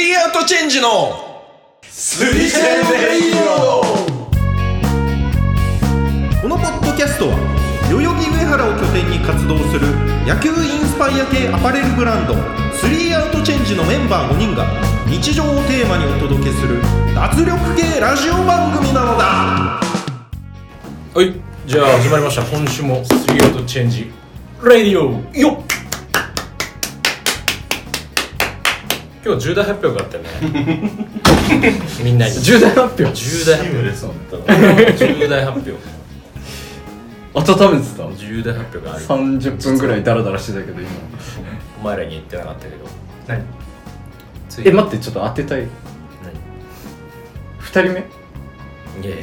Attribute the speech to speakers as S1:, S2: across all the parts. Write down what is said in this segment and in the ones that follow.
S1: チェンジの
S2: スリセンレイド
S3: このポッドキャストは代々木上原を拠点に活動する野球インスパイア系アパレルブランドスリーアウトチェンジのメンバー5人が日常をテーマにお届けする脱力系ラジオ番組なのだ
S2: はいじゃあ始まりました今週もスリーアウトチェンジレディオよっ今日重大発表があったよねみんなに重大発表 重大発表重大発表
S4: 温めてた
S2: 重大発表がある
S4: 30分ぐらいダラダラしてたけど今
S2: お前らには言ってなかったけど
S4: 何
S2: つ
S4: え待ってちょっと当てたい2人目
S2: 何いやいや違う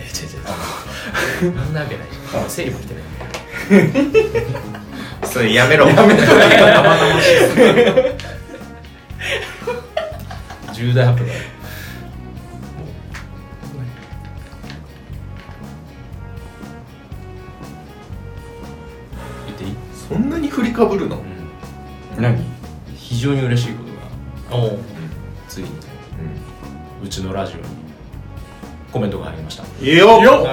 S2: 違うそんなわけない生理も来てない
S1: それやめろ
S2: 重大発表がある言っていい
S1: そんなに振りかぶるの
S4: 何
S2: 非常に嬉しいことがついに、うちのラジオにコメントが入りました
S1: よ
S2: なるほ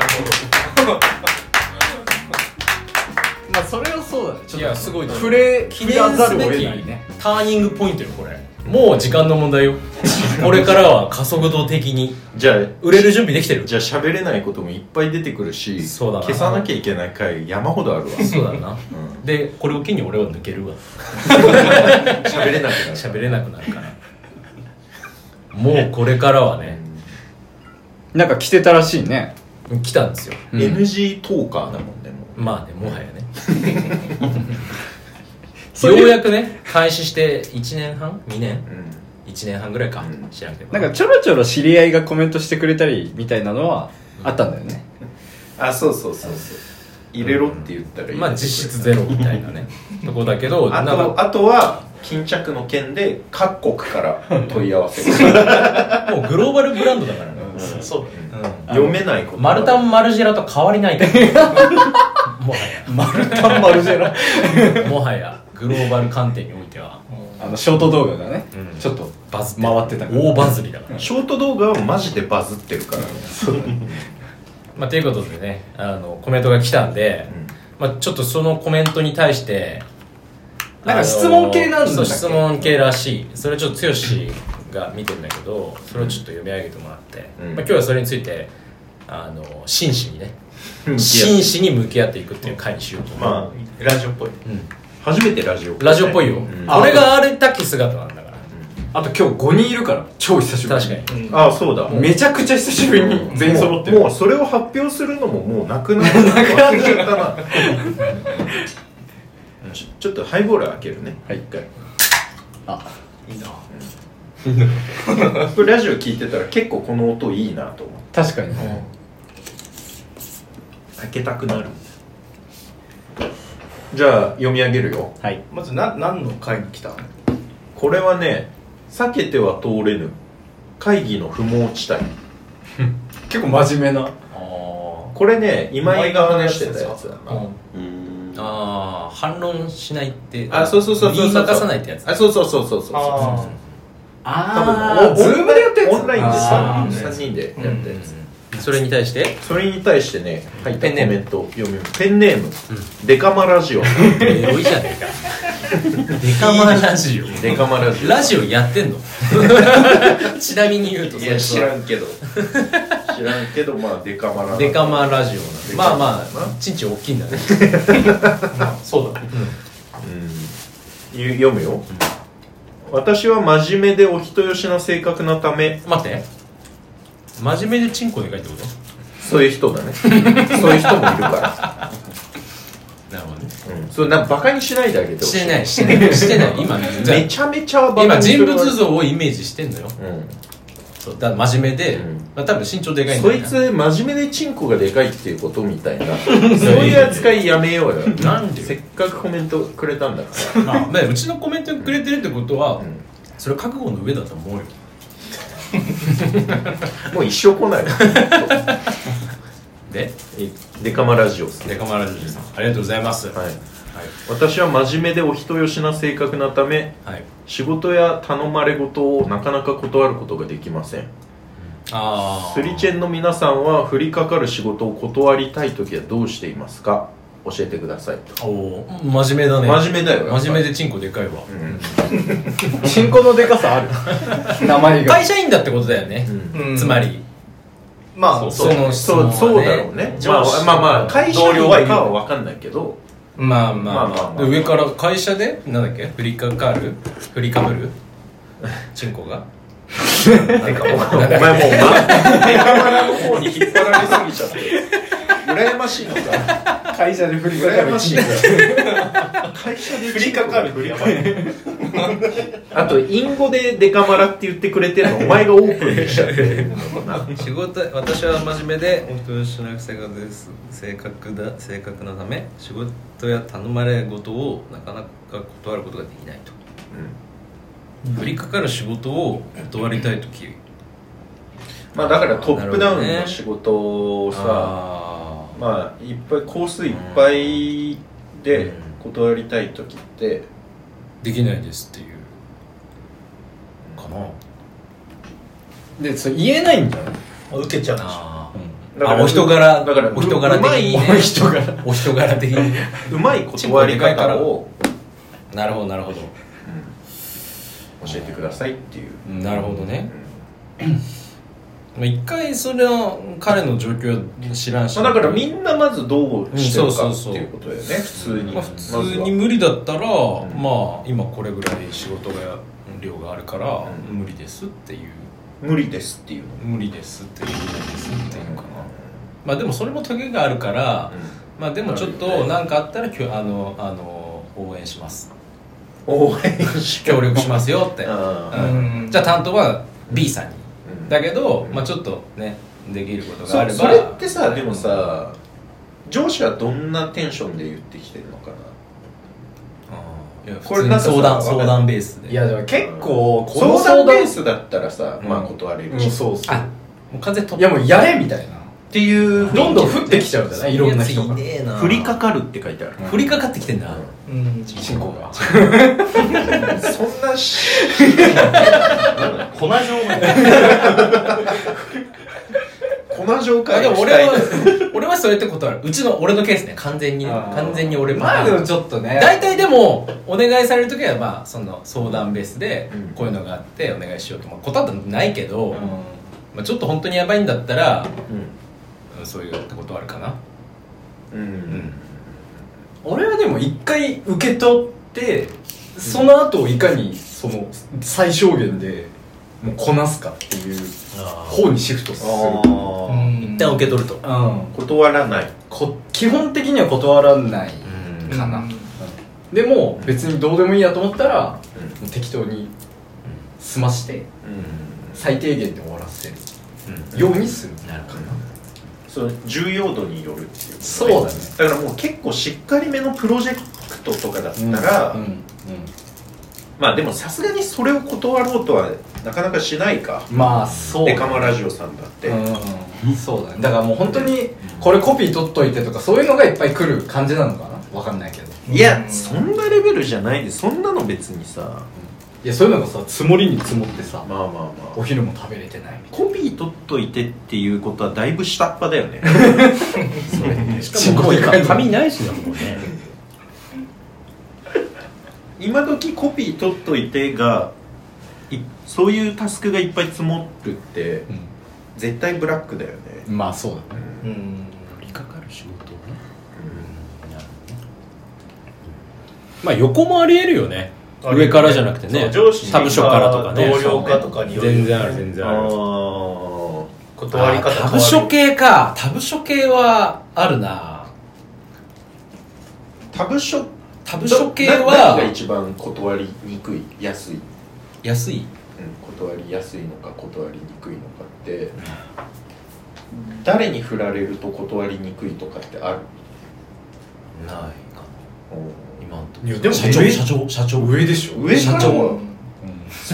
S4: まあそれはそうだねち
S2: どいやすごい
S4: 触れ
S2: 記
S4: 触れ
S2: 念
S4: ざる
S2: す
S4: を得
S2: べき
S4: ないね
S2: ターニングポイントよこれもう時間の問 題よこれからは加速度的に
S1: じゃあ
S2: 売れる準備できてる
S1: じゃあ喋れないこともいっぱい出てくるし
S2: そうだな
S1: 消さなきゃいけない回山ほどあるわ
S2: そうだな、でこれを機に俺は抜けるわ
S1: 喋れなくなる
S2: 喋れなくなるからもうこれからはね
S4: なんか来てたらしいね
S2: 来たんですよ
S4: うん
S1: NG トーカーだもんねも
S2: まあねもはやね
S4: そ
S2: よ
S4: れ
S2: うやくね開始して1年半2年
S1: ううん
S2: 1年半ぐらいか、
S1: うん
S2: 知らんけど
S4: なんかちょろちょろ知り合いがコメントしてくれたりみたいなのはあったんだよね
S1: あそうそうそうそう入れろって言ったらいい
S2: まあ実質ゼロみたいな ねとこだけど
S1: あ
S2: なん
S1: と
S2: か
S1: あとは巾着の件で各国から問い合わせが
S2: もうグローバルブランドだからね、
S1: うん
S2: そう
S1: 読めないこと
S2: マルタンマルジェラと変わりないから もは
S4: マルタンマルジェ ラ
S2: やもはやグローバル観点においては
S4: あのショート動画がね、
S2: うん
S4: ちょっと
S2: バズって
S4: 回ってたから
S2: 大バズりだから
S1: ショート動画はマジでバズってるからね
S2: まあ、ということでねあのコメントが来たんで、まあ、ちょっとそのコメントに対して
S4: なんか質問系なんだっけ
S2: あのそう質問系らしいそれちょっと剛が見てんだけどそれをちょっと読み上げてもらって、
S1: うん
S2: まあ、今日はそれについてあの真摯 にね
S1: うん
S2: 真摯に向き合っていくっていう回にしようと思う、
S1: まあラジオっぽい
S2: うん
S1: 初めてラジオ
S2: ラジオっぽいよ、
S1: うん
S2: 俺があれだけ姿なんだから
S4: あと今日5人いるから超久しぶり
S2: 確かに
S1: ああそうだ
S4: めちゃくちゃ久しぶりに全員揃ってる
S1: もうもうそれを発表するのももうなくなったな忘れちゃったなうんちょちょっとハイボール開けるね
S4: はい
S1: 一回
S4: あ
S2: いいな
S1: これラジオ聞いてたら結構この音いいなと思って
S4: 確かに、
S1: 開けたくなるじゃあ読み上げるよ
S4: はい
S5: まずな何の会に来たの
S1: これはね避けては通れぬ会議の不毛地帯
S4: 結構真面目な
S2: あ
S1: これね今井が話してたやつだ
S2: ー、
S1: な
S2: う
S1: ん
S2: あー反論しないって
S1: あそうそうそうそうそう
S2: 言い任さないってやつ
S1: あそうそうそうそうそう
S5: あ
S4: あ
S1: お
S4: ズームでやって
S1: オンラインで
S4: あ
S1: さ
S4: ー
S1: 3人でやったやつ
S2: それに対して
S1: それに対してね入った
S2: ペ
S1: コ
S2: ンネーム
S1: メント読みますペンネームデカマラジ オ
S2: エロいじゃねえかデカマラジオ
S1: デカマラジオ
S2: ラジオや ってんのちなみに言うと
S1: いや
S2: そ
S1: 知
S2: れは
S1: らんけ ど知らんけどまあデカマラ
S2: デカマラジオなんで
S1: デカ
S2: まあま
S1: な
S2: あちんちん大きいん だね
S5: そうだ
S1: うんゆ読むよ私は真面目でお人よしな性格なため
S2: 待って真面目でチンコでかいってこ
S1: そういう人 だねそういう人もいるか
S2: となるほどね
S1: ら、うん、それなんかバカにしないであげてほ
S2: し
S1: しい
S2: てないしてないしてない今ねじゃあ
S1: めちゃめちゃバカ
S2: 今
S1: にす
S2: 人
S1: る
S2: 物像をイメージしてんのよ
S1: うん
S2: そうだから真面目で、
S1: うん
S2: まあ、多分身長でかいんだ
S1: そ
S2: よ
S1: い
S2: な
S1: つ真面目でチンコがでかいっていうことみ たいなそういう扱いやめようよ
S2: なんで
S1: せっかくコメントくれたんだか
S2: あねうちのコメントくれてるってことは、
S1: ん
S2: それ覚悟の上だと思うよ
S1: らもう一生来ないわ
S2: で
S1: えデカマラジオですね
S2: デカマラジオさんありがとうございます、
S1: はい私は真面目でお人よしな性格なため
S2: はい
S1: 仕事や頼まれ事をなかなか断ることができません
S2: ああ
S1: スリチェンの皆さんは降りかかる仕事を断りたい時はどうしていますか教えてくださいと
S2: おお真面目だね
S1: 真面目だよ
S2: 真面目でチンコでかいわ
S4: チンコのでかさある名前が
S2: 会社員だってことだよね
S1: うん
S6: うん
S2: つまり
S6: まあ、
S2: そ
S6: そうう。
S2: の質
S1: そ
S2: 問
S1: うそ
S2: はね
S1: うだろうねま
S6: 上
S1: あ
S6: 司
S1: まあまあ会社員
S6: 同僚はいる
S1: かは分かんないけど
S2: まあまあ
S1: まあまあ
S2: ま
S1: まあ
S2: あ上から会社でなんだっけ振りかかる振りかぶるチンコが
S1: なんかお前お前もうま目玉の方に引っ張られすぎちゃって羨ましいのか
S4: 会社で振りか
S1: 羨ましいのか
S6: 会社で振りかかる振りかかる。
S1: あと、インゴでデカマラって言ってくれてるの、お前がオープンにしちゃってるのかな。
S2: 仕事私は真面目でお人よしな性格です性格だ性格なため仕事や頼まれ事をなかなか断ることができないと、振りかかる仕事を断りたい時
S1: まあ、だからトップダウンの仕事をさ、
S2: あ
S1: まあ、いっぱい、コースいっぱいで
S2: うん
S1: 断りたい時って、
S2: ーできないですっていうかな
S4: でそれ言えないんだよ
S6: 受けちゃうでしょ。
S2: あ
S1: だから
S2: あお人柄
S1: だから、
S2: お人柄
S1: う
S2: 的
S1: まい
S2: に、ね、お人柄お人柄的に
S1: うまい断り方を
S2: なるほどなるほど
S1: 教えてくださいっていう。
S2: なるほどねまあ一回それは彼の状況は知らんし、
S1: まあ、だからみんなまずどうしてるか
S2: う
S1: っ
S2: ん
S1: て
S2: そうそうそう
S1: いうことだよね、普通に。
S2: まあ、普通に
S1: まずは
S2: 無理だったら、
S1: ん
S2: まあ今これぐらい仕事が量があるから、
S1: うん
S2: 無理ですっていう
S1: 無理ですっていうの。
S2: 無理ですっていう無理ですっていうかな、まあでもそれもトゲがあるから、まあでもちょっと何かあったらきょあのあの応援します
S1: 応援し
S2: 協力しますよって、
S1: あ
S6: ー
S2: うんじゃあ担当は B さんに
S1: うん
S2: だけど、まあちょっとねできることがあ
S1: そ
S2: れば
S1: それってさでもさ上司はどんなテンションで言ってきてるのかな
S2: うんいや
S1: こ
S2: 普
S1: れ
S2: 通
S1: な
S2: に
S1: んかさ
S2: 相談
S1: わかんな
S2: 相
S1: い
S2: 談ベースで
S4: いやでも結構この
S1: 相談ベースだったらさ、
S2: うん
S1: まあ断れる
S4: うん
S1: し、っ
S4: そうそう
S2: あもう完全にトッ
S4: いやもうやれみたいな
S1: ていう
S4: どんどん降ってきちゃうんじゃないいろんな人が
S2: いねえな
S1: 振りかかるって書いてある、
S2: 振りかかってきてんだ、
S6: うん。
S4: チンコが
S1: そんなし
S6: 粉状が。
S1: 粉状
S2: あ
S1: か
S2: で
S1: よ
S2: も俺は 俺はそうやって断るうちの俺のケースね完全にね
S4: あー
S2: 完全に俺
S4: まあでもちょっとね
S2: 大体でもお願いされる時はまあその相談ベースで
S1: うん
S2: こういうのがあってお願いしようと、まあ、断ったのないけど、
S4: うん
S2: まあ、ちょっと本当にやばいんだったら
S1: う
S2: うんそういうってことあるかな、
S1: ん、うん
S4: 俺はでも一回受け取ってその後をいかにその最小限でもうこなすかっていう方にシフトする
S1: ああ
S2: 一旦受け取ると、
S4: うん
S1: 断らない
S4: こ基本的には断らないかな、
S6: うん
S4: うんでも別にどうでもいいやと思ったら、もう適当に済まして
S1: うん
S4: 最低限で終わらせる
S2: うん
S4: ようにする、
S2: なるかな
S1: その重要度によるっていう
S4: そうだね
S1: だからもう結構しっかりめのプロジェクトとかだったら、
S4: うんうん
S1: まあでもさすがにそれを断ろうとはなかなかしないか
S4: うんまあそう
S1: デカマラジオさんだって、
S4: うん、そうだねだからもう本当にこれコピー取っといてとかそういうのがいっぱい来る感じなのかなわかんないけど
S1: いや
S6: うん
S1: そんなレベルじゃないでそんなの別にさ
S4: いやそういうのがさ積もりに積もってさ
S1: まあまあま
S4: お昼も食べれてないみ
S1: コピー取っといてっていうことはだいぶ下っ端だよね それ
S4: たいなしかも
S2: 紙ないしだもんね
S1: 今時コピー取っといてがいそういうタスクがいっぱい積もるって絶対ブラックだよね
S4: うん、まあそうだね
S6: うん。
S2: 振りかかる仕事をねうんなるほどねまあ横もありえるよね
S6: あり
S2: 上からじゃなくてね
S6: そう上司
S2: 他部署からとかね
S6: 同僚かとかによる
S2: 全然ある全
S1: あ
S2: 然ある
S1: あ
S6: 断り方変わる
S2: 他部署系か他部署系はあるな
S1: 他部署
S2: 他部署系
S1: な何が
S2: は
S1: 一番断りにくい安い、うん、
S2: 安い
S1: 断りやすいのか断りにくいのかって誰に振られると断りにくいとかってある
S2: ないかな今んとこ
S4: いやでも
S2: 社長
S4: 上
S2: 社長社長
S4: 上でしょ
S1: 上
S2: 社
S1: 社
S2: 長
S1: 長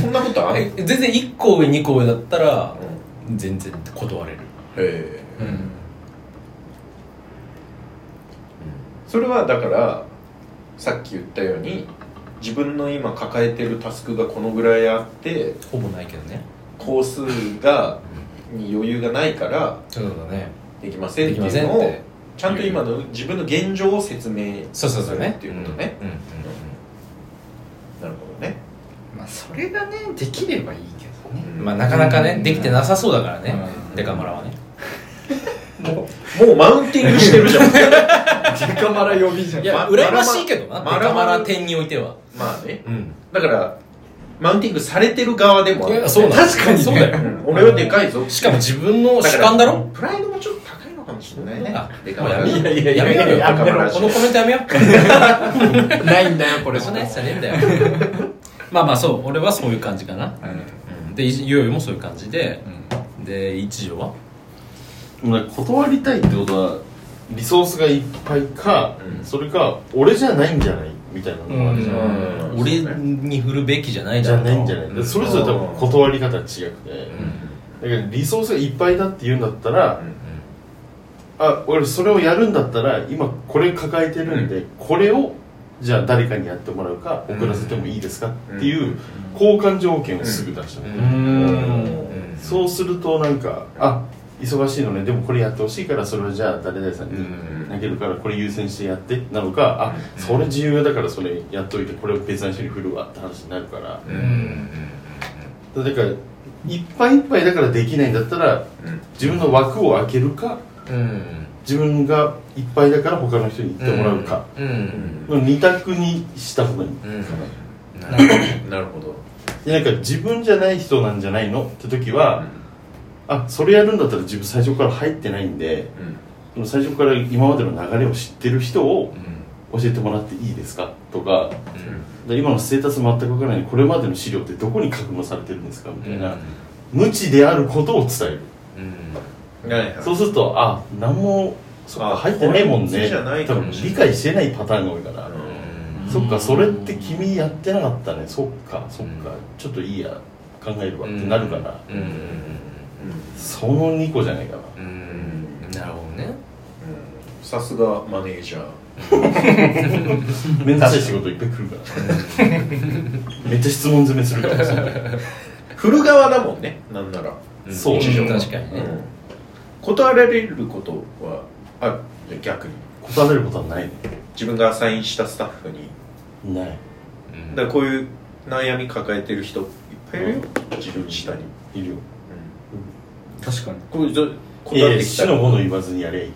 S1: そんなことある
S2: え全然1個上2個上だったら
S1: うんへ
S2: 全然断れる
S1: え
S4: うん
S1: それはだからさっき言ったように自分の今抱えてるタスクがこのぐらいあって
S4: ほぼないけどね
S1: 工数がに余裕がないから
S4: そうだね
S1: できません
S4: で
S1: っ
S4: き
S1: て
S4: ま
S1: い
S4: せ
S1: うんの
S4: っ
S1: を
S4: て
S1: ちゃんと今の自分の現状を説明
S4: そうそうそうね
S1: っていうことね
S4: うんうんうん
S1: なるほどね
S2: まあそれがねできればいいけど ね
S4: うんまあなかなかう
S1: うんん
S4: ねできてなさそうだからね
S1: うん
S4: デカマラはね
S1: もうマウンティングしてるじゃん
S4: デカマラ呼びじゃ
S1: ん
S4: いや
S1: ま
S4: 羨ましいけどな
S1: マラマ
S4: デカマラ店においては
S1: まあね
S4: うん
S1: だからマウンティングされてる側でもあ
S4: い
S1: る
S4: やそうな
S2: 確かにね
S4: そうだ
S1: う
S4: よ
S1: ん俺はでかいぞ
S4: しかも自分の主観だろ
S1: プライドもちょっと高いのかもしれないね
S4: あ
S1: でか
S4: もうやめ
S1: い
S4: よう
S1: やい
S4: やめようよ
S2: やめろ
S1: ろ
S4: このコメントやめよう
S2: ないんだよこれ
S4: そん なやつじゃねえんだよまあまあそう俺はそういう感じかな、うん、でいよいよもそういう感じで、で一条は
S7: まあ断りたいってことはリソースがいっぱいか、
S1: うん
S7: それか俺じゃないんじゃないみたいなのがあるじゃん、
S1: うん
S4: 俺に振るべきじゃない
S7: じ
S4: だ
S7: ゃ
S4: ろう
S7: ないんじゃない、
S4: うん
S7: それぞれ多分断り方が違くて、だけどリソースがいっぱいだって言うんだったら、
S1: うん
S7: あ俺それをやるんだったら今これ抱えてるんで、これをじゃあ誰かにやってもらうか送らせてもいいですか、っていう交換条件をすぐ出したね、
S4: うん
S7: そうするとなんかあ忙しいのねでもこれやってほしいからそれをじゃあ誰々さんに投げるからこれ優先してやってなのかあそれ自由だからそれやっといてこれを別の人に振るわって話になるからだからいっぱいいっぱいだからできないんだったら自分の枠を空けるか
S4: うん
S7: 自分がいっぱいだから他の人に行ってもらうか
S4: うん
S7: の二択にした方がいい
S4: うん
S1: なるほど
S7: でなんか自分じゃない人なんじゃないのって時はあそれやるんだったら自分最初から入ってないんでその最初から今までの流れを知ってる人を教えてもらっていいですかとかで今のステータス全く分からないこれまでの資料ってどこに格納されてるんですかみたいな、無知であることを伝える、そうするとあ何もそっか
S1: あ
S7: 入ってないもん
S1: これ無
S7: ね
S1: 知じゃない
S7: 多
S1: か
S7: 分
S1: もしれない
S7: 理解してないパターンが多いから、そっかそれって君やってなかったねそっかそっか、ちょっといいや考えるわってなるから、
S4: うん
S7: その2個じゃないかな
S4: うんなるほどね
S1: さすがマネージャー
S7: めんどくさい仕事いっぱい来るからめっちゃ質問攻めするからそ の時
S1: 振る側だもんねなんなら
S7: そう
S4: うん
S7: 一条
S4: 確かにね
S1: 断られることはあるじゃあ逆に
S7: 答えることはないね
S1: 自分がアサインしたスタッフに
S7: ない
S1: だからこういう悩み抱えてる人いっぱいいるよ自分下に
S7: いるよ
S4: 確かに
S1: こういう
S7: いや
S1: 断
S7: い
S1: っ
S7: や
S1: てきた
S7: 死
S1: ら
S7: の
S1: っ
S7: もの言わずにやりゃいいか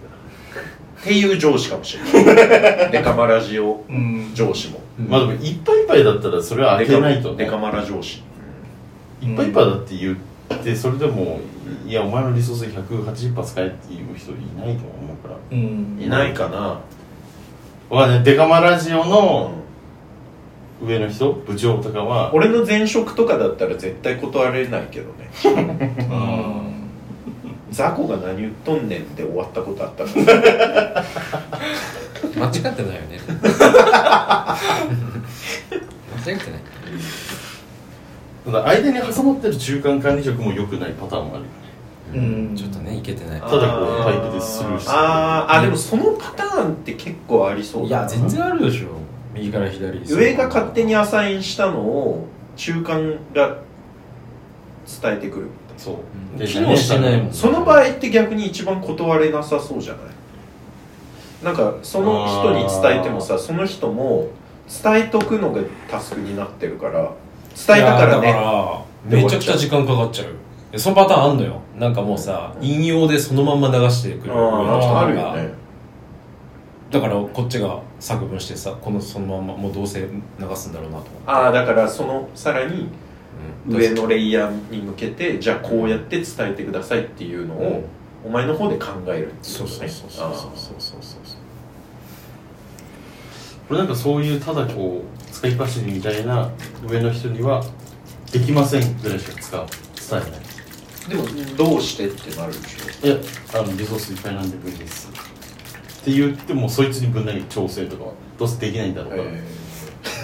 S1: ていう上司かもしれないデカマラジオ
S2: うん
S1: 上司も
S7: ら、まあでもいっぱいいっぱいだったらそれは当
S1: デ
S7: て
S1: カ
S7: ないとね
S1: デカマラ上司
S7: いっぱいいっぱいだって言ってそれでもいやお前のリソース180使えって言う人いないと思うか
S2: う
S7: ら
S2: ん
S1: いないかな
S7: わかんないデカマラジオの
S1: うん
S7: 上の人部長とかは
S1: 俺の前職とかだったら絶対断れないけどね雑魚が何言っとんねんって終わったことあったから
S4: 間違ってないよね間違ってない
S7: ただ間に挟まってる中間管理職も良くないパターンもあるよね
S2: うん
S4: ちょっとねいけてない
S7: ただこうタイプでスルーしてる
S1: あーあでもそのパターンって結構ありそう
S4: い
S1: だ
S4: や
S1: な
S4: 全然あるでしょ右から左に
S1: 上が勝手にアサインしたのを中間が伝えてくるみたい
S7: そううんで
S4: 機能してないもん
S1: なその場合って逆に一番断れなさそうじゃないなんかその人に伝えてもさその人も伝えとくのがタスクになってるから伝えたから
S4: いやだ
S1: ね
S4: からめちゃくちゃ時間かかっちゃうでそのパターンあんのよなんかもうさ引用でそのまんま流してくる上の人と
S1: あー
S4: か
S1: あるよね
S4: だからこっちが作文してさこのそのまんまもうどうせ流すんだろうなと思って
S1: ああだからそのさらに
S4: うん
S1: 上のレイヤーに向けてじゃあこうやって伝えてくださいっていうの
S4: う
S1: を
S4: ん
S1: お前の方で考えるっていうことね
S4: そうそうそうそ
S1: あ
S4: う
S1: ー
S4: そうそうそうそう
S7: これなんかそういうただこう使い走りみたいな上の人にはできませんぐらいしか使う伝えない
S1: でもどうしてってなるでし
S7: いやあのリソースいっぱいなんで無理ですって言ってもそいつにぶん投げて調整とかはどうせできないんだろう
S1: ょ、
S7: から、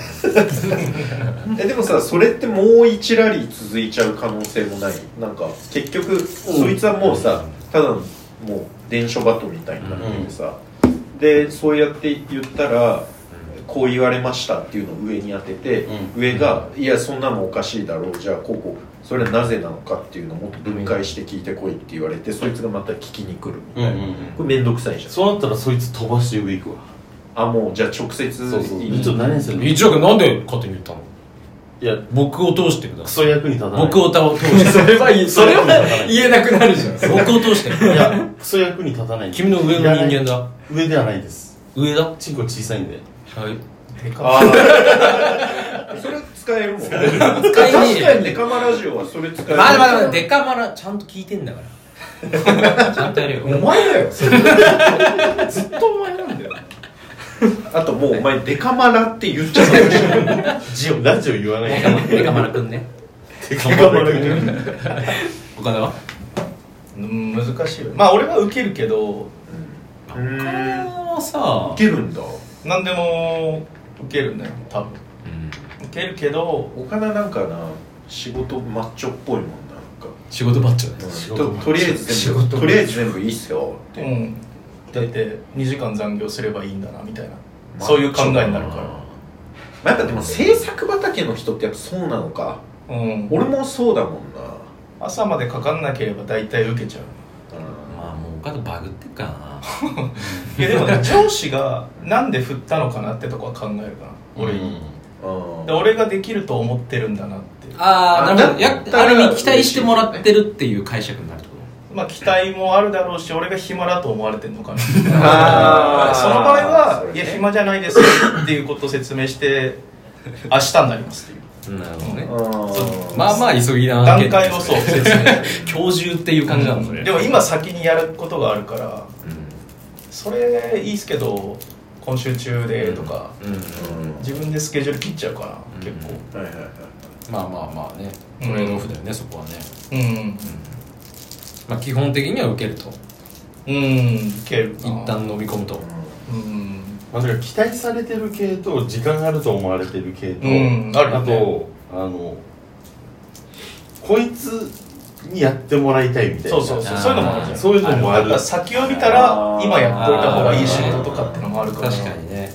S1: えでもさそれってもう1ラリー続いちゃう可能性もないなんか結局そいつはもうさただのもう伝書バトみたいになっててさ、でそうやって言ったらこう言われましたっていうのを上に当てて、
S7: う
S1: 上が「いやそんなのおかしいだろうじゃあこうこうそれはなぜなのかっていうのをもっと分解して聞いてこい」って言われてそいつがまた聞きに来るみたいな、
S7: うんうんうん
S1: これ面倒くさいじゃん
S7: そうなったらそいつ飛ばして上行くわ
S1: あもうじゃあ直接
S7: そうそう
S1: いい
S7: ちょっと何するのい
S2: 一応なんで勝手に言ったの
S7: や
S2: 僕を通してくだ
S7: ク
S2: さい
S7: ソ役に立たない
S2: 僕をた通して
S4: それはいいそれは言えなくなるじゃん
S2: 僕を通して
S7: いやクソ役に立たない
S2: 君の上の人間だ
S7: 上ではないです
S2: 上だは
S7: チンコ小さいんで
S2: い
S1: あーそれ使えるもんね確
S2: 使えねえよ
S1: かにデカマラジオはそれ使える
S2: まだまだまだデカマラちゃんと聞いてんだからちゃんとやるよ
S4: お前だよそれずっとお前なんだよ
S1: あともうお前デカマラって言っちゃうじゃん
S7: ラジオ言わない
S2: デ
S7: か
S2: カ
S7: ら
S2: マデカマラくんね
S7: 手が回る
S2: 岡田は
S8: うん難しいよまあ俺は受けるけど
S1: うん
S2: ああさ
S1: いけるんだ
S8: 何でも受けるんだよ多分
S2: うん
S8: 受けるけど
S1: 岡田なんかな仕事マッチョっぽいもんななんか
S2: 仕事ばっちゃうね
S1: ととりあえず全部とりあえず全部いいっすよって
S8: うんだって2時間残業すればいいんだなみたいなそういう考えになるか
S1: まあやっぱでも制作畑の人ってやっぱそうなのから
S8: うん
S1: 俺もそうだもんな
S8: 朝までかかんなければ大体受け ちゃう
S2: まあもう岡田バグってっからない
S8: やでもね上司がなんで振ったのかなってとこは考えるかな俺に、
S1: うん
S8: で俺ができると思ってるんだなって
S2: ああなるほどや
S1: だったら
S2: ある意味期待してもらってるっていう解釈になるってこと
S8: まあ期待もあるだろうし俺が暇だと思われてるの かな
S1: あー
S8: その場合は、
S1: それ
S8: い
S1: ね
S8: や暇じゃないですっていうことを説明して明日になりますっていう
S2: なるほどね
S1: うん
S2: まあまあ急ぎな
S8: 段階をそう説
S2: 今日中っていう感じなのそ
S8: 明
S2: れ
S8: でも今先にやることがあるから
S2: うん
S8: それいいっすけど今週中でとか、
S2: うん
S1: うん
S8: 自分でスケジュール切っちゃうかな、結構
S1: はいはいはい
S2: まあまあまあねトレードオフだよねそこはね
S8: うん
S2: まあ基本的には受けると
S8: うんいけるかな
S2: 一旦飲み込むと
S8: うん
S7: まあ、だから期待されてる系と時間があると思われてる系と、
S8: うんあ
S7: あ
S8: るよね
S7: とあのこいつにやってもらいたいみたいな
S8: そうそうそうそういうのもあるじゃん
S7: そういうのもある
S8: なんか先を見たら今やっといた方がいい仕事とかってのもあるから
S2: 確かにね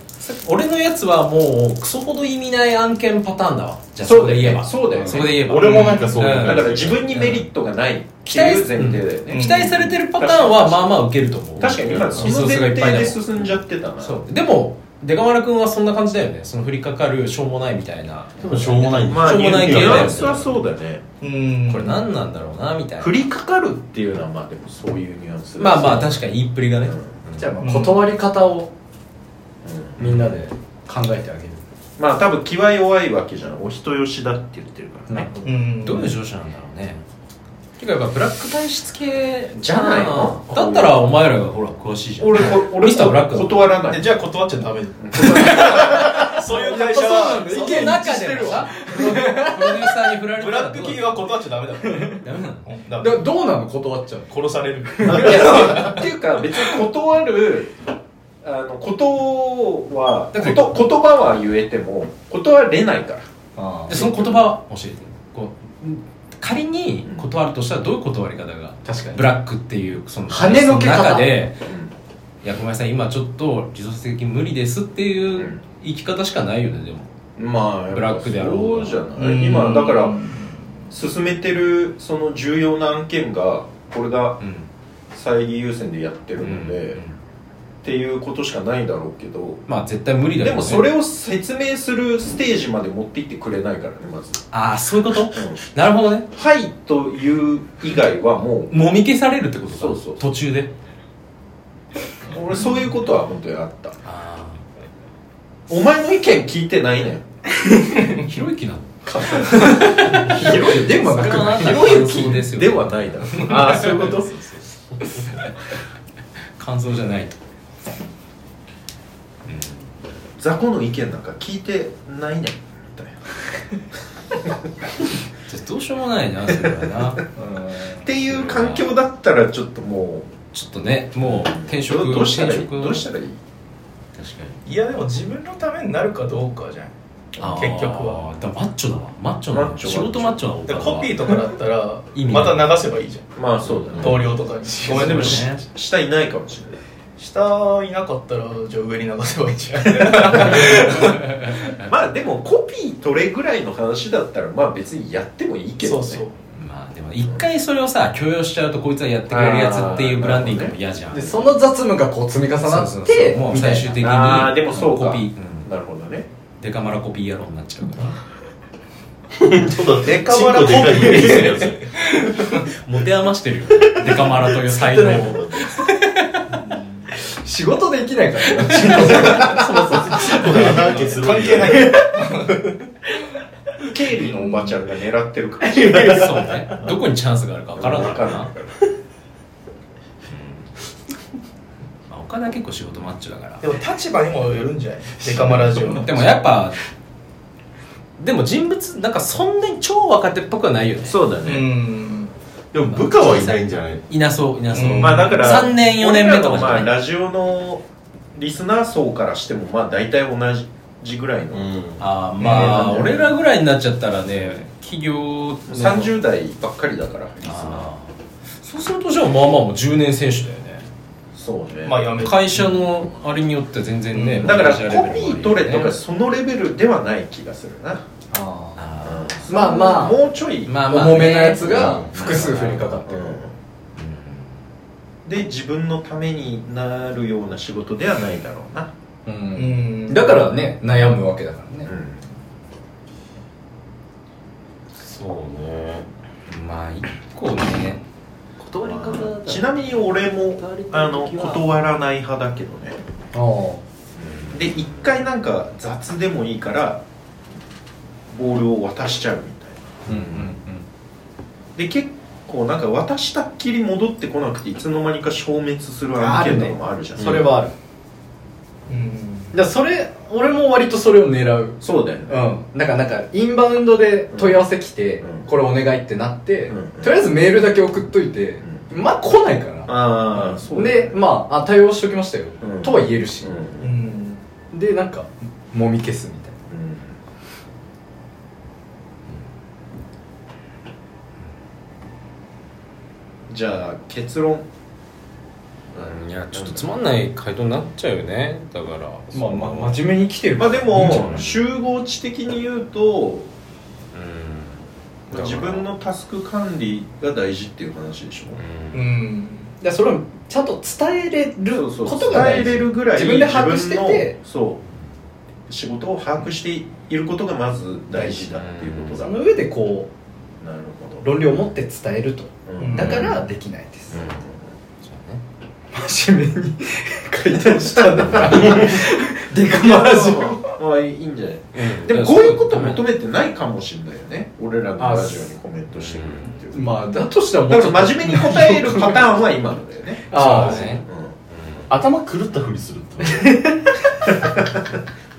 S2: 俺のやつはもうクソほど意味ない案件パターンだわじゃあ
S1: そう
S2: そこで言えば
S1: そうだよね
S2: そこで言えば
S7: 俺もなんかそう
S2: うん
S1: だから自分にメリットがないっていう前提だよ
S2: うん
S1: ね
S2: 期待されてるパターンはまあまあ受けると思う
S1: 確かに今その前提で進んじゃってたな
S2: そうでも出川原君はそんな感じだよねその降りかかるしょうもないみたいな
S7: でもしょうもないんだ
S1: まあ
S2: しょうもない系だよね
S1: ニュアンスはそうだね
S8: うん
S2: これ何なんだろうなみたいな
S1: 振りかかるっていうのはまあでもそういうニュアンス
S2: まあまあ
S1: だし
S2: 確かに言いっぷりがね
S4: じゃあまあ断り方をみんなで考えてあげる
S1: まあ多分気は弱いわけじゃんお人よしだって言ってるからね
S8: うん
S2: どういう上司なんだろうねてかやっぱブラック体質系
S1: じゃないの
S2: だったらお前らがほら詳しいじゃん
S1: 俺こ俺
S2: ミスターブラックだ
S1: 断らない
S8: でじゃあ断っち ゃダメだよそういう会社は
S2: その中でもさプロデューサーに振られた
S8: ブ
S2: ら
S8: ラック企業は断っちゃダメだから
S2: ダメなの
S8: うんダメ
S4: だどうなの断っちゃう
S8: 殺される
S1: いやっていうか別に断るあのことは
S2: だ
S1: こ
S2: から
S1: と言葉は言えても断れないから
S4: あ
S2: でその言葉教えてこううん仮に断るとしたらどういう断り方が
S4: 確かに
S2: ブラックっていうその
S4: 跳ねのけ方
S2: そ中でいやごめんなさい今ちょっと持続的に無理ですっていううん生き方しかないよねでも
S1: まあ
S2: ブラックであろう
S1: そうじゃない今だから進めてるその重要な案件がこれが
S2: うん
S1: 再優先でやってる
S2: う
S1: の
S2: ん
S1: で、
S2: う
S1: っ
S2: ん
S1: ていうことしかないだろうけど
S2: まあ絶対無理だ
S1: で
S2: よね
S1: もそれを説明するステージまで持っていってくれないからねまず、
S2: ああそういうこと
S1: う
S2: なるほどね
S1: ん、はいという以外はも
S2: もみ消されるってことか
S1: そうそう
S2: 途中で
S1: う俺そういうことは本当にあった
S2: あ
S1: お前の意見聞いてないねん
S2: あひろゆきなの
S1: 広いでもなくない広い
S2: そうですよ
S1: ではないだろああそういうこと
S2: 感想じゃないと
S1: 雑魚の意見なんか聞いてないねんみたいな
S2: じゃあどうしようもないなそれはな
S1: っていう環境だったらちょっとも
S2: ちょっとねもう転
S1: う
S2: 職
S1: どうしたらいい
S2: 転職
S1: どうしたらいい
S2: 確かに
S8: いやでも自分のためになるかどうかじゃん
S2: あー
S8: 結局は
S2: だからマッチョだわマッチョだわ
S1: マッチョ
S2: 仕事マッチョな
S8: でコピーとかだったら
S2: 意味な
S8: ま
S2: い
S8: た流せばいいじゃん
S1: まあそうだね
S8: 同僚とかにごめんでもし
S1: 下いないかもしれない
S4: 下いなかったらじゃあ上に流せばいいじゃ ん
S1: まあでもコピー取れぐらいの話だったらまあ別にやってもいいけどね
S4: そうそう
S2: まあでも一回それをさ許容しちゃうとこいつはやってくれるやつっていうブランディングも嫌じゃん
S4: でその雑務がこう積み重な
S2: そうそう
S4: っ
S2: そう
S4: て
S2: もう
S4: みたい
S2: 最
S4: な
S2: 終的に
S1: あーでもそうか
S2: コピー、うん
S1: なるほどね
S2: デカマラコピー野郎になっちゃうから
S7: ちょっと
S1: デカバラコピー
S7: チンコでかいですねやつ
S2: 持て余してるよデカマラという才能を
S4: 仕事できない からね
S7: チンコで穴開けする
S4: 関係ないいから
S1: 経理のおばちゃんが狙ってるかもし
S2: そ
S1: れ
S2: う
S1: ない
S2: ねどこにチャンスがあるかわからない
S1: わ
S2: か
S1: からん
S2: な、
S1: ない
S2: まあ、岡田は結構仕事マッチョだから
S4: でも立場にもよるんじゃないデカマラジオの
S2: でもやっぱでも人物なんかそんなに超若手っぽくはないよね
S1: そうだ
S4: う、ん
S7: でも部下はいないんじゃない
S2: いなそういなそう、
S4: うん
S1: まあ だから
S2: 3年4年目とかじゃない
S1: 俺らのまあラジオのリスナー層からしてもまあ大体同じぐらいの、
S2: あーまあ、
S1: ねえ
S2: 俺らぐらいになっちゃったらね企業の
S1: 30代ばっかりだからリスナー
S2: あーそうするとじゃあまあまあもう10年選手だよね
S1: そうね、
S4: まあやめ
S2: 会社のあれによって全然ね、
S4: うん
S1: だから
S2: マネージャーレ
S1: コ
S2: ベ
S1: ピ
S2: ルもあるよね
S1: ー取れとかそのレベルではない気がするな、
S4: あ
S2: あ
S4: まあまあ
S1: もうちょい、
S2: ーまあまあ、ね、
S4: 重めなやつが複数振りかかってる
S1: うんで自分のためになるような仕事ではないだろうな、
S2: うん、
S4: うんだからね悩むわけだからね
S7: そうね
S2: まあ一個ね断り方
S1: ちなみに俺もあの断らない派だけどね
S4: ああ
S1: で一回なんか雑でもいいからボールを渡しちゃうみたい
S2: うんうん
S1: なで結構なんか渡したっきり戻ってこなくていつの間にか消滅する案件とかもあるじゃん、
S4: それはあるうんだからそれ俺も割とそれを狙う
S1: そうだよね
S4: うんなんかなんかインバウンドで問い合わせ来て、
S1: うん
S4: これお願いってなって、
S1: うん
S4: とりあえずメールだけ送っといて、まあ来ないから、
S1: ああそうだよね
S4: でまああ対応しときましたよ、
S1: うん
S4: とは言えるし
S1: う、ん
S4: でなんかもみ消すみたいな
S1: じゃあ結論
S2: うんうんいやちょっとつまんない回答になっちゃうよねだから
S4: まあまあ真面目に来てる
S1: まあで
S4: いいんじゃな
S1: も
S4: い
S1: 集合値的に言うと
S2: うん
S1: 自分のタスク管理が大事っていう話でしょ
S2: う
S4: うんんだからそれをちゃんと伝えれる
S1: そう
S4: こ
S1: そう
S4: とが大
S1: 伝えれ
S4: 事
S1: るぐらい
S4: 自分で把握して
S1: 自
S4: て
S1: 分のそう仕事を把握していることがまず大事だっていうことだ
S4: そ
S1: な
S4: の
S1: る
S4: 上でこ
S1: ほ
S4: う
S1: ど
S4: 論理を持って伝えると、
S1: うん
S4: だからできないです、
S2: そうね
S4: 真面目に 回答したん だからデカマラジオ
S1: まあいいんじゃない
S2: うん
S1: でもこういうこと求めてないかもしれないよね俺らのラジオにコメントしてくるっていう
S4: まあだとしたら
S1: だ
S4: うち
S1: か
S4: ょっと
S1: ら真面目に答えるパターンは今のだよ ね
S4: ああ
S2: そうね
S7: 頭狂ったふりするって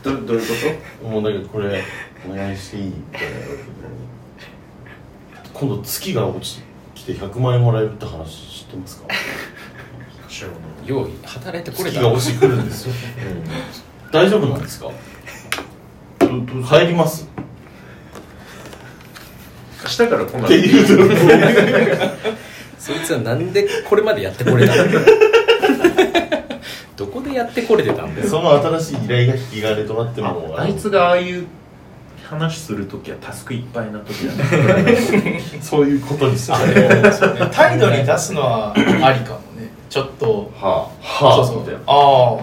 S1: うんどどういうこ
S7: もうなんかこれお願いしていいって今度月が落ちてきて100万円もらえるって話知ってます か
S1: と知らない
S2: 用意働いてこれ
S7: 月
S2: た
S7: が落ちてくるんですよ大丈夫なんですかどど入ります
S1: 明日から来ない
S7: っていう
S2: そいつはなんでこれまでやってこれた のどこでやってこれてたんだよ
S7: その新しい依頼が引き金となっても
S1: ああいつがああいう話するときはタスクいっぱいなときだね
S7: そういうことにする
S9: 態度に出すのはありかもねちょっと
S7: はあはあ
S9: そうそ
S7: みたいうな
S9: ああ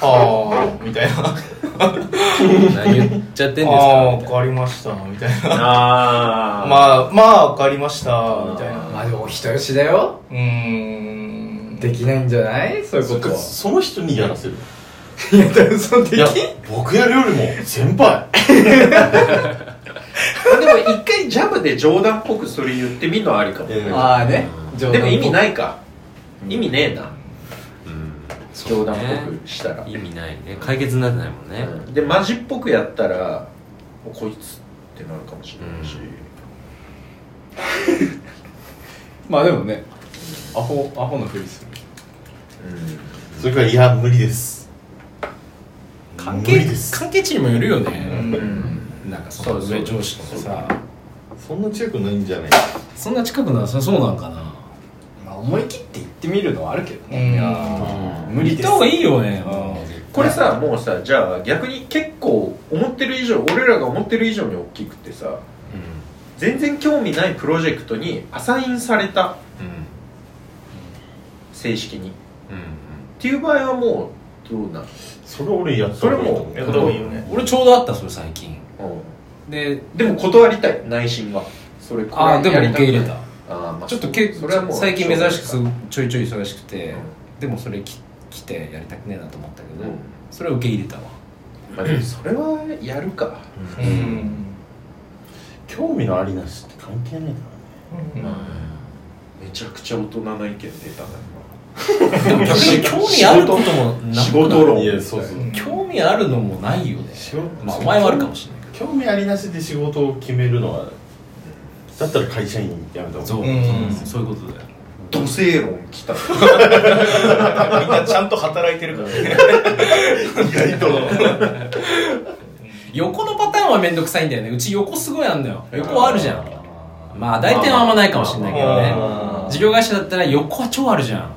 S9: ああみたいなあ
S2: 何言っちゃってんです
S9: あ
S2: かみ
S9: 分
S2: たい
S9: かりましたみたいな
S1: ああ
S9: まあまあ分かりましたみたいな
S4: まあでもお人よしだよ
S9: うーん
S4: できないんじゃないそういうことは
S7: その人にやらせる
S4: いやだからそので
S7: いや僕やるよりも先輩
S1: でも一回ジャブで冗談っぽくそれ言ってみるのはありかもね、
S7: うん
S4: ああねで
S1: でも意味
S4: い
S1: ないか意味ねえな、冗談っぽ
S2: ね
S1: くしたら、
S2: な意味ないね解決になってないもんね、
S1: うんでマジっぽくやったら「こいつ」ってなるかもしれないし、
S4: まあでもねアホアホのふりする
S7: それからいや無理です
S2: 関
S7: 無
S2: 係
S7: 理です
S2: 関係値にもよるよ
S9: う
S2: ね、
S9: ん
S2: なんかその上上司とかさ
S7: そんな強くないんじゃない
S2: そんな近くなさそうなんかな
S4: まあ思い切って行ってみるのはあるけど
S9: うん
S4: ねいやー無理
S2: 行っ
S4: で
S2: た
S4: す
S2: 方がいいよね
S1: これさもうさじゃあ逆に結構思ってる以上俺らが思ってる以上に大きくてさ全然興味ないプロジェクトにアサインされた正式にっていう場合はもうどうなの
S7: それ俺やった方がいいと思う
S1: そ
S9: やった方がいいよね
S2: 俺ちょうどあったそれ最近で
S1: でも断りたい内心はそれ
S2: ああでも受け入れた
S1: ああ、まあ、
S2: ちょっとけ
S1: それはもう
S2: 最近珍しくす
S1: う
S2: ごちょいちょい忙しくて、
S1: う
S2: でもそれき来てやりたくねえなと思ったけど、
S1: うん
S2: それは受け入れたわ
S1: まあ、でもそれはやるか
S9: うん
S7: 興味のありなしって関係ないから
S1: めちゃくちゃ大人な意見出たな
S2: でも逆に興味あることもなく
S1: 今
S2: ない
S1: 仕事論
S7: ねいやそうそう、
S2: 興味あるのもないよね
S7: 仕事
S2: まあお前はあるかもしれない
S7: 興味ありなしで仕事を決めるのはだったら会社員辞めた方がいい
S2: そう
S9: うん
S2: そうですそういうことだよ
S1: 土星論きた
S9: みんなちゃんと働いてるからね
S7: 意外と
S2: 横のパターンはめんどくさいんだよねうち横すごいあんだよ横あるじゃんまあ大体はあんまないかもしれないけどね
S9: あー
S2: 事業会社だったら横は超あるじゃん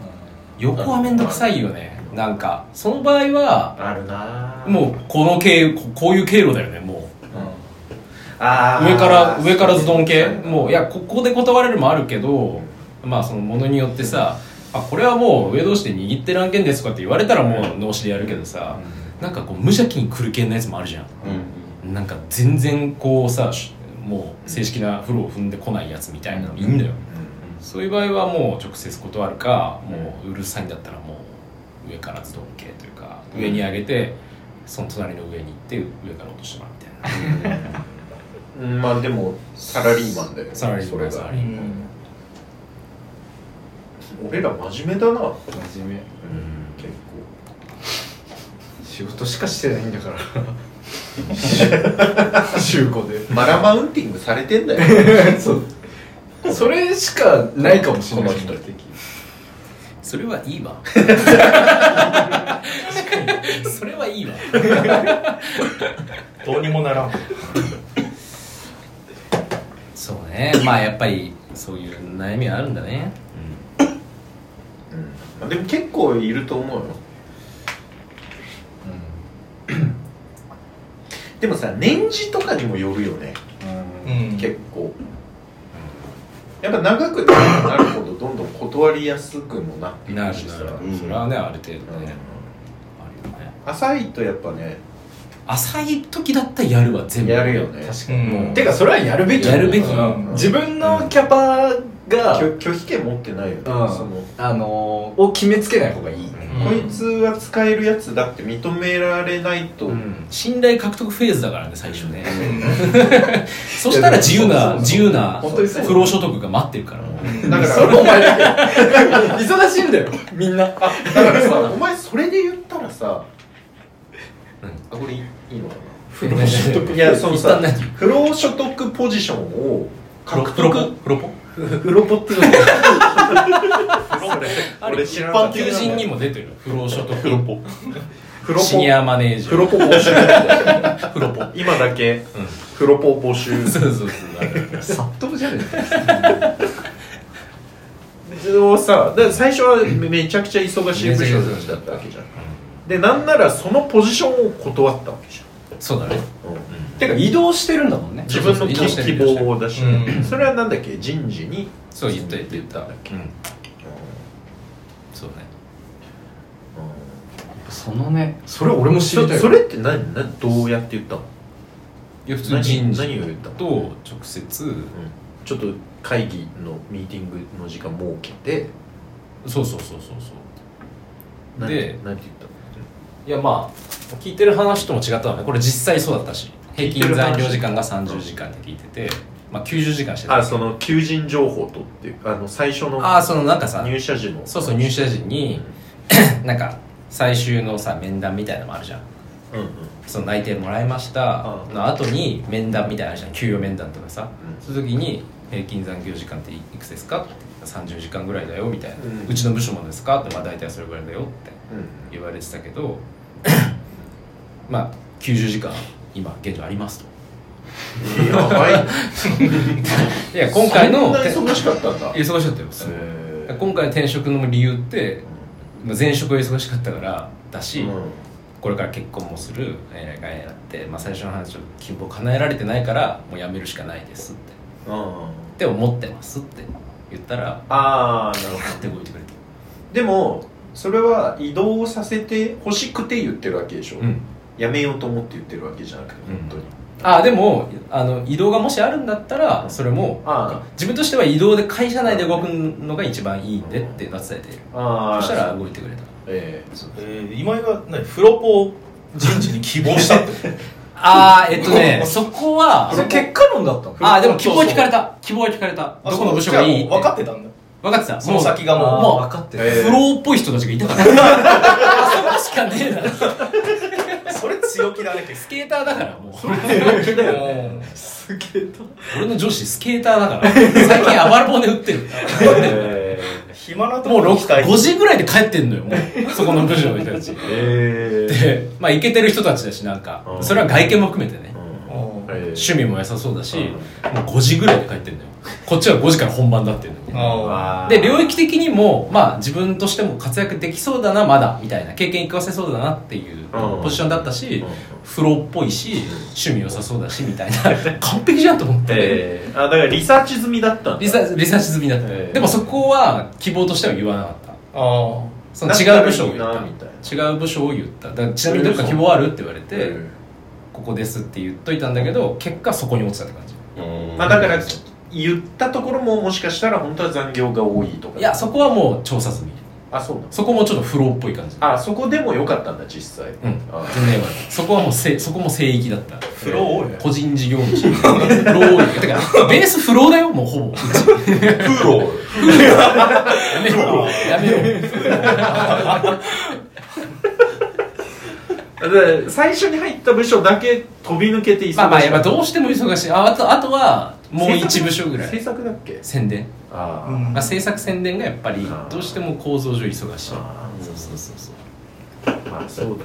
S2: 横はめんどくさいよねなんかその場合は
S1: あるな
S2: もうこの経ここういう経路だよねもう
S1: あー
S2: 上から上からズドン系もういやここで断れるもあるけどまあそのものによってさあこれはもう上同士で握ってる案件ですとかって言われたらもう脳死でやるけどさなんかこう無邪気に来る系のやつもあるじゃんなんか全然こうさしもう正式なフローを踏んでこないやつみたいなのいいんだよ、そういう場合はもう直接断るかもううるさいんだったらもう上からズドン系というか上に上げてその隣の上に行って上から落としてもらうみたいな
S1: うんまあでもサラリーマンだよね
S2: サラリーマン
S1: それ
S2: サラ
S1: が
S2: リーマン
S1: 俺ら真面目だな、うん、
S4: 真面目
S1: 結
S4: 仕事しかしてないんだから 週5で
S1: 構マラマウンティングされてんだよ
S4: そうそれしかないかもしれな
S1: こ
S4: い
S1: の人
S4: 的
S2: それはいいわそれはいいわ
S9: どうにもならん
S2: そうねまあやっぱりそういう悩みはあるんだね、
S1: まあでも結構いると思うよ、でもさ年次とかにもよるよね
S9: うん
S1: 結構やっぱ長くなるほどどんどん断りやすくもなってい
S2: な
S1: く
S2: る
S1: しさ
S2: なる、
S7: うん
S2: それはねある程度
S1: うん
S2: ね、あるよね
S1: 浅いとやっぱね
S2: 浅い時だったらやるわ全部
S1: やるよね
S4: 確か
S9: うん
S2: もう
S4: にてかそれはやるべき
S2: やるべき
S4: うん自分のキャパが、
S1: 拒拒否権持ってないよね、
S4: うん
S1: その
S4: あのーを決めつけない方がいい、
S1: こいつは使えるやつだって認められないと、
S2: うん信頼獲得フェーズだからね最初ね、
S9: う
S2: そしたら自由
S4: いや
S2: な
S4: でも
S2: 自由な
S4: 本当にそう
S2: 不労所得が待ってるからもう、
S9: ん
S1: だか
S4: そ
S1: ら
S4: れお前だけ 忙しいんだよみんな
S1: あだからさお前それで言ったらさ
S2: 何
S1: あこれいいいいのかな
S2: 不労所得
S1: いやその
S2: 一旦
S1: さ
S2: 何
S1: 不労所得ポジションを獲
S2: プロポ
S1: 得
S2: プロポ
S1: フロポって いうの
S2: あれ
S1: 俺知らなかった
S2: 求人にも出てる不労所得
S7: プロポ
S1: フロポ
S2: シニアマネージャー
S1: フロポ募集
S2: プロポそ
S1: 今だけ、フロポ募集
S2: うそうそう
S4: 殺到じゃね
S1: をさだから最初はめめちゃくちゃ忙しい部署だったわけじゃんでなんならそのポジションを断ったわけじ
S2: そうだね
S1: ゃん、
S4: えてか移動してるんだもんね
S1: 自分の
S2: 移動して
S1: 希
S2: る
S1: 望を出してね、
S9: うん
S1: それはなんだっけ人事に
S2: そう言った言った言ったうんそうね
S4: そのねそれ俺も知り
S1: そ
S4: たい
S1: それって何何どうやって言ったの
S2: いや普通に
S1: 何
S2: 人事
S1: 何を言ったの
S2: と直接
S1: ちょっと会議のミーティングの時間設けて
S2: そうそうそうそうそう
S1: 何
S2: で
S1: 何て言ったの
S2: いやまあ聞いてる話とも違ったわねこれ実際そうだったし平均残業時間が30時間で聞いてて、まあ、90時間してた
S1: あその求人情報とっていうあの最初の
S2: ああそのなんかさ
S1: 入社時の
S2: そうそう入社時に なんか最終のさ面談みたいなのもあるじゃん
S1: うんうん
S2: その内定もらいました
S1: うん
S2: の後に面談みたいなのあるじゃん給与面談とかさ、
S1: うん
S2: その時に平均残業時間っていくつですかって30時間ぐらいだよみたいな、う
S1: うん
S2: ちの部署もですかってまあ大体それぐらいだよって言われてたけど まあ90時間今現状ありますと
S1: うんやばい
S2: いや今回の
S1: そんな忙しかったんだ
S2: 忙しかった
S1: へ
S2: よ
S1: ーで
S2: 今回の転職の理由って、まあ、前職が忙しかったからだし、
S1: うん
S2: これから結婚もするえらいかえらって、まあ、最初の話を希望叶えられてないからもう辞めるしかないですって
S1: あ
S2: って思ってますって言ったら
S1: あーなるほ
S2: ガッて動いてくれて
S1: どでもそれは移動させて欲しくて言ってるわけでしょ、
S2: うん
S1: やめようと思って言ってるわけじゃなくて
S2: うん
S1: 本当に、
S2: ああでもあの移動がもしあるんだったらそれも
S1: あ
S2: 自分としては移動で会社内で動くのが一番いいんでっていうのは伝えている
S1: あ
S2: そ
S1: あ
S2: したら動いてくれた
S1: ええ
S9: えー、今井が何フロポ人事に希望したって
S2: ああえっとねそこは
S4: それ結果論だったの
S2: ああでも希望は聞かれた希望は聞かれたどこの部署がいい
S9: 分かってたんだ
S2: 分かってた
S9: その先がもう
S2: もう
S4: 分かって
S1: え
S4: る
S1: ー
S2: フローっぽい人たちがいたからあそこしかねえなス
S9: それ強気だね結
S2: ケーターだからもう
S9: 局だよね
S4: すげえ
S2: 俺の女子スケーターだから最近暴れ骨打ってる
S1: え
S9: 暇なと
S2: も
S9: ころ
S2: うろ
S9: に
S2: く
S9: 行きたい
S2: 5時ぐらいで帰ってんのよもうそこの部署の人たち
S1: えええ
S2: でまあイケてる人たちだしなんか
S1: うん
S2: それは外見も含めてね
S9: うん
S1: え
S2: 趣味も良さそうだしもう5時ぐらいで帰ってんのよこっちは5時から本番だっていうのに
S9: あ
S2: で領域的にもまあ自分としても活躍できそうだなまだみたいな経験生かせそうだなっていう
S1: うん
S2: ポジションだったし
S1: うん
S2: 風呂っぽいし趣味良さそうだしみたい な完璧じゃんと思って
S1: ええあだからリサーチ済みだったんだ
S2: リサリサーチ済みだった
S1: ええ
S2: でもそこは希望としては言わなかった
S9: あ
S2: その違う部署を言
S1: だったらいいなみ
S2: った
S1: いな
S2: た違う部署を言っただからちなみにどっか希望あるって言われて、
S1: え
S2: ここですって言っといたんだけど結果そこに落ちたって感じ
S1: えまあだから言ったところももしかしたら本当は残業が多いとか
S2: いやそこはもう調査済み
S1: あそうなんです
S2: そこもちょっとフローっぽい感じ
S1: あそこでも良かったんだ実際
S2: うん
S1: あ
S2: 全然よかったそこはもうせそこも聖域だった
S9: フロ多いね
S2: 個人事業 主フロー多いてかベースフローだよもうほぼうち
S7: プロ
S2: やめろやめろ
S1: だから最初に入った部署だけ飛び抜けて忙しい
S2: まあまあやっぱどうしても忙しいああとあとはもう一部署ぐら
S1: 制
S2: い
S1: 作だっけ
S2: 宣伝、
S1: あ
S9: あ、う
S1: ー
S9: ん
S2: まあ、制作宣伝がやっぱり
S1: あー
S2: どうしても構造上忙しい
S1: あ
S2: そうそうそうそう
S1: ーまあそうだよね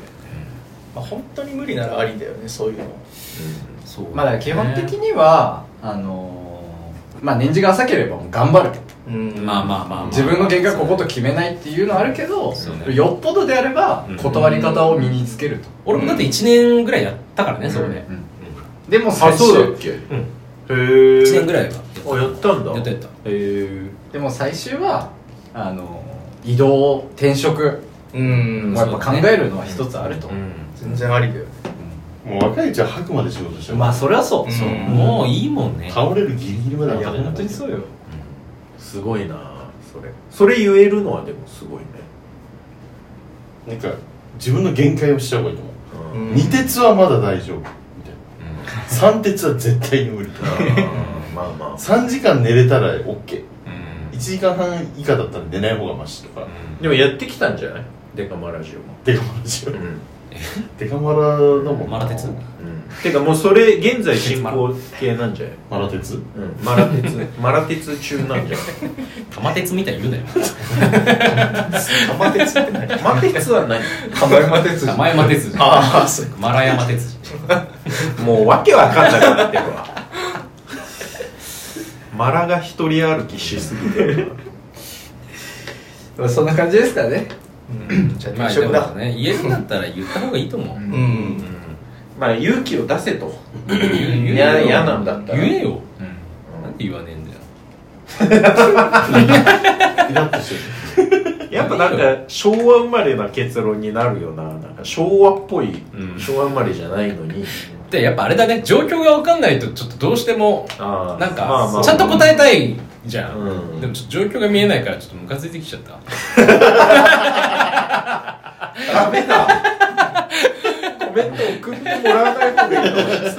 S9: まあ、本当に無理ならありだよねそういうの
S2: そう
S4: まあだから基本的には、あのーまあ年次が浅ければもう頑張る
S9: うん
S2: まあまあまあ、まあ、
S4: 自分の限界をここと決めないっていうのはあるけど、
S2: そうね
S4: よっぽどであれば
S2: うん
S4: 断り方を身につけると、
S2: 俺もだって1年ぐらいやったからね、そこね
S4: でも最終
S1: けうん
S2: ん
S1: へえ
S2: 1年ぐらいは
S1: あやったんだ
S2: やったやった
S1: へえ
S4: でも最終はあのー移動転職
S9: うん
S4: もやっぱ考えるのは一つあると、
S9: 全然ありだよね
S7: もう若いうちは吐くまで仕事してる
S4: まあそれはそう、
S9: そう
S2: もういいもんね
S7: 倒れるギリギリまで
S4: いや
S7: 働
S4: 本当に
S7: う
S4: そうよ
S1: すごいなそれそれ言えるのはでもすごいね
S7: なんか自分の限界をした方がいいと思う
S1: うん
S7: 二鉄はまだ大丈夫みたいな三鉄は絶対に無理
S1: まあま
S7: 3時間寝れたら OK1
S2: うん
S7: 時間半以下だったら寝ない方がマシとか
S1: あでもやってきたんじゃないデカマラジオも
S7: デカマラしよ
S1: う
S7: うんデカマラだもんな
S2: マラ鉄
S1: てかもうそれ現在進行形なんじゃない
S7: マラ鉄
S1: うんマラ鉄 ねマラ鉄中なんじゃ
S2: 玉鉄みたいに言うなよ
S9: 玉鉄ってない
S1: ないマテツは何
S4: 浜山哲
S2: 玉山鉄人
S9: ああそう
S2: マラ山鉄人
S1: もうわけわかんなくなってるわマラが一人歩きしすぎてる
S4: 人そんな感じですかね
S9: うんじゃあ
S2: まあ
S9: 転職
S2: でも
S9: だ
S2: ね言えるんだったら言った方がいいと思う
S9: う
S1: うんんまあ勇気を出せと
S2: 言え
S1: い
S2: よ
S1: や嫌なんだったら
S2: 言えよなんで言わねえんだよ
S7: イラッとしてる
S1: やっぱなんか昭和生まれな結論になるよななんか昭和っぽい、
S2: うん
S1: 昭和生まれじゃないのに
S2: でやっぱあれだね状況が分かんないとちょっとどうしても
S1: あー
S2: なんか、
S1: まあまあ
S2: ちゃんと答えたいじゃん、
S1: うん
S2: でもちょっと状況が見えないからちょっとムカついてきちゃった
S1: ダメだコメント送ってもらわない方がいい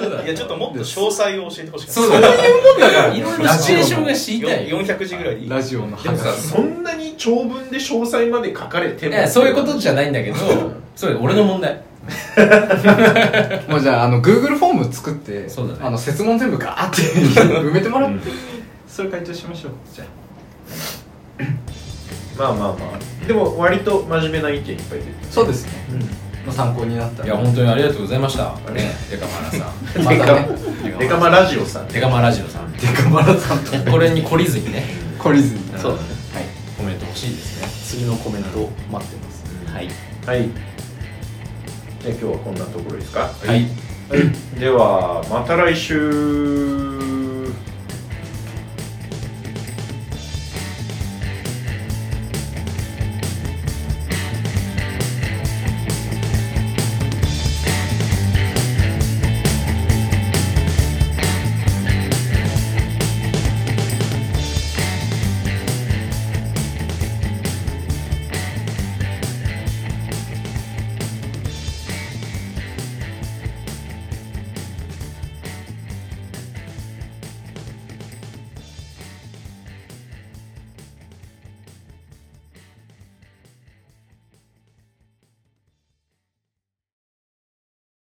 S1: の
S9: いやちょっともっと詳細を教えてほしかった
S2: そうだいうもんだからいろいろシチュエーションが知りたいよ
S9: 400字ぐらい
S4: ラジオの
S1: でもさそんなに長文で詳細まで書かれて
S2: い
S1: も
S2: やそういうことじゃないんだけどそれ俺の問題
S4: もうじゃああの Google フォーム作って
S2: そうだね
S4: あの設問全部ガーって埋めてもらって、それ回答しましょうじゃ
S1: まあまあまあでも割と真面目な意見いっぱい出てる
S4: あそうですね、まあ、参考になった
S2: い
S4: ら
S2: や本当にありがとうございましたねデカマラさん
S4: またね
S1: デカマラジオさん
S2: デカマラジオさん
S4: デカマラさんと
S2: これに懲りずにね
S4: 懲りずに
S2: そうだね
S4: はい
S2: コメントほしいですね
S4: 次のコメント待ってます
S2: はい
S1: はいじゃあ今日はこんなところですか
S2: はい
S1: ではまた来週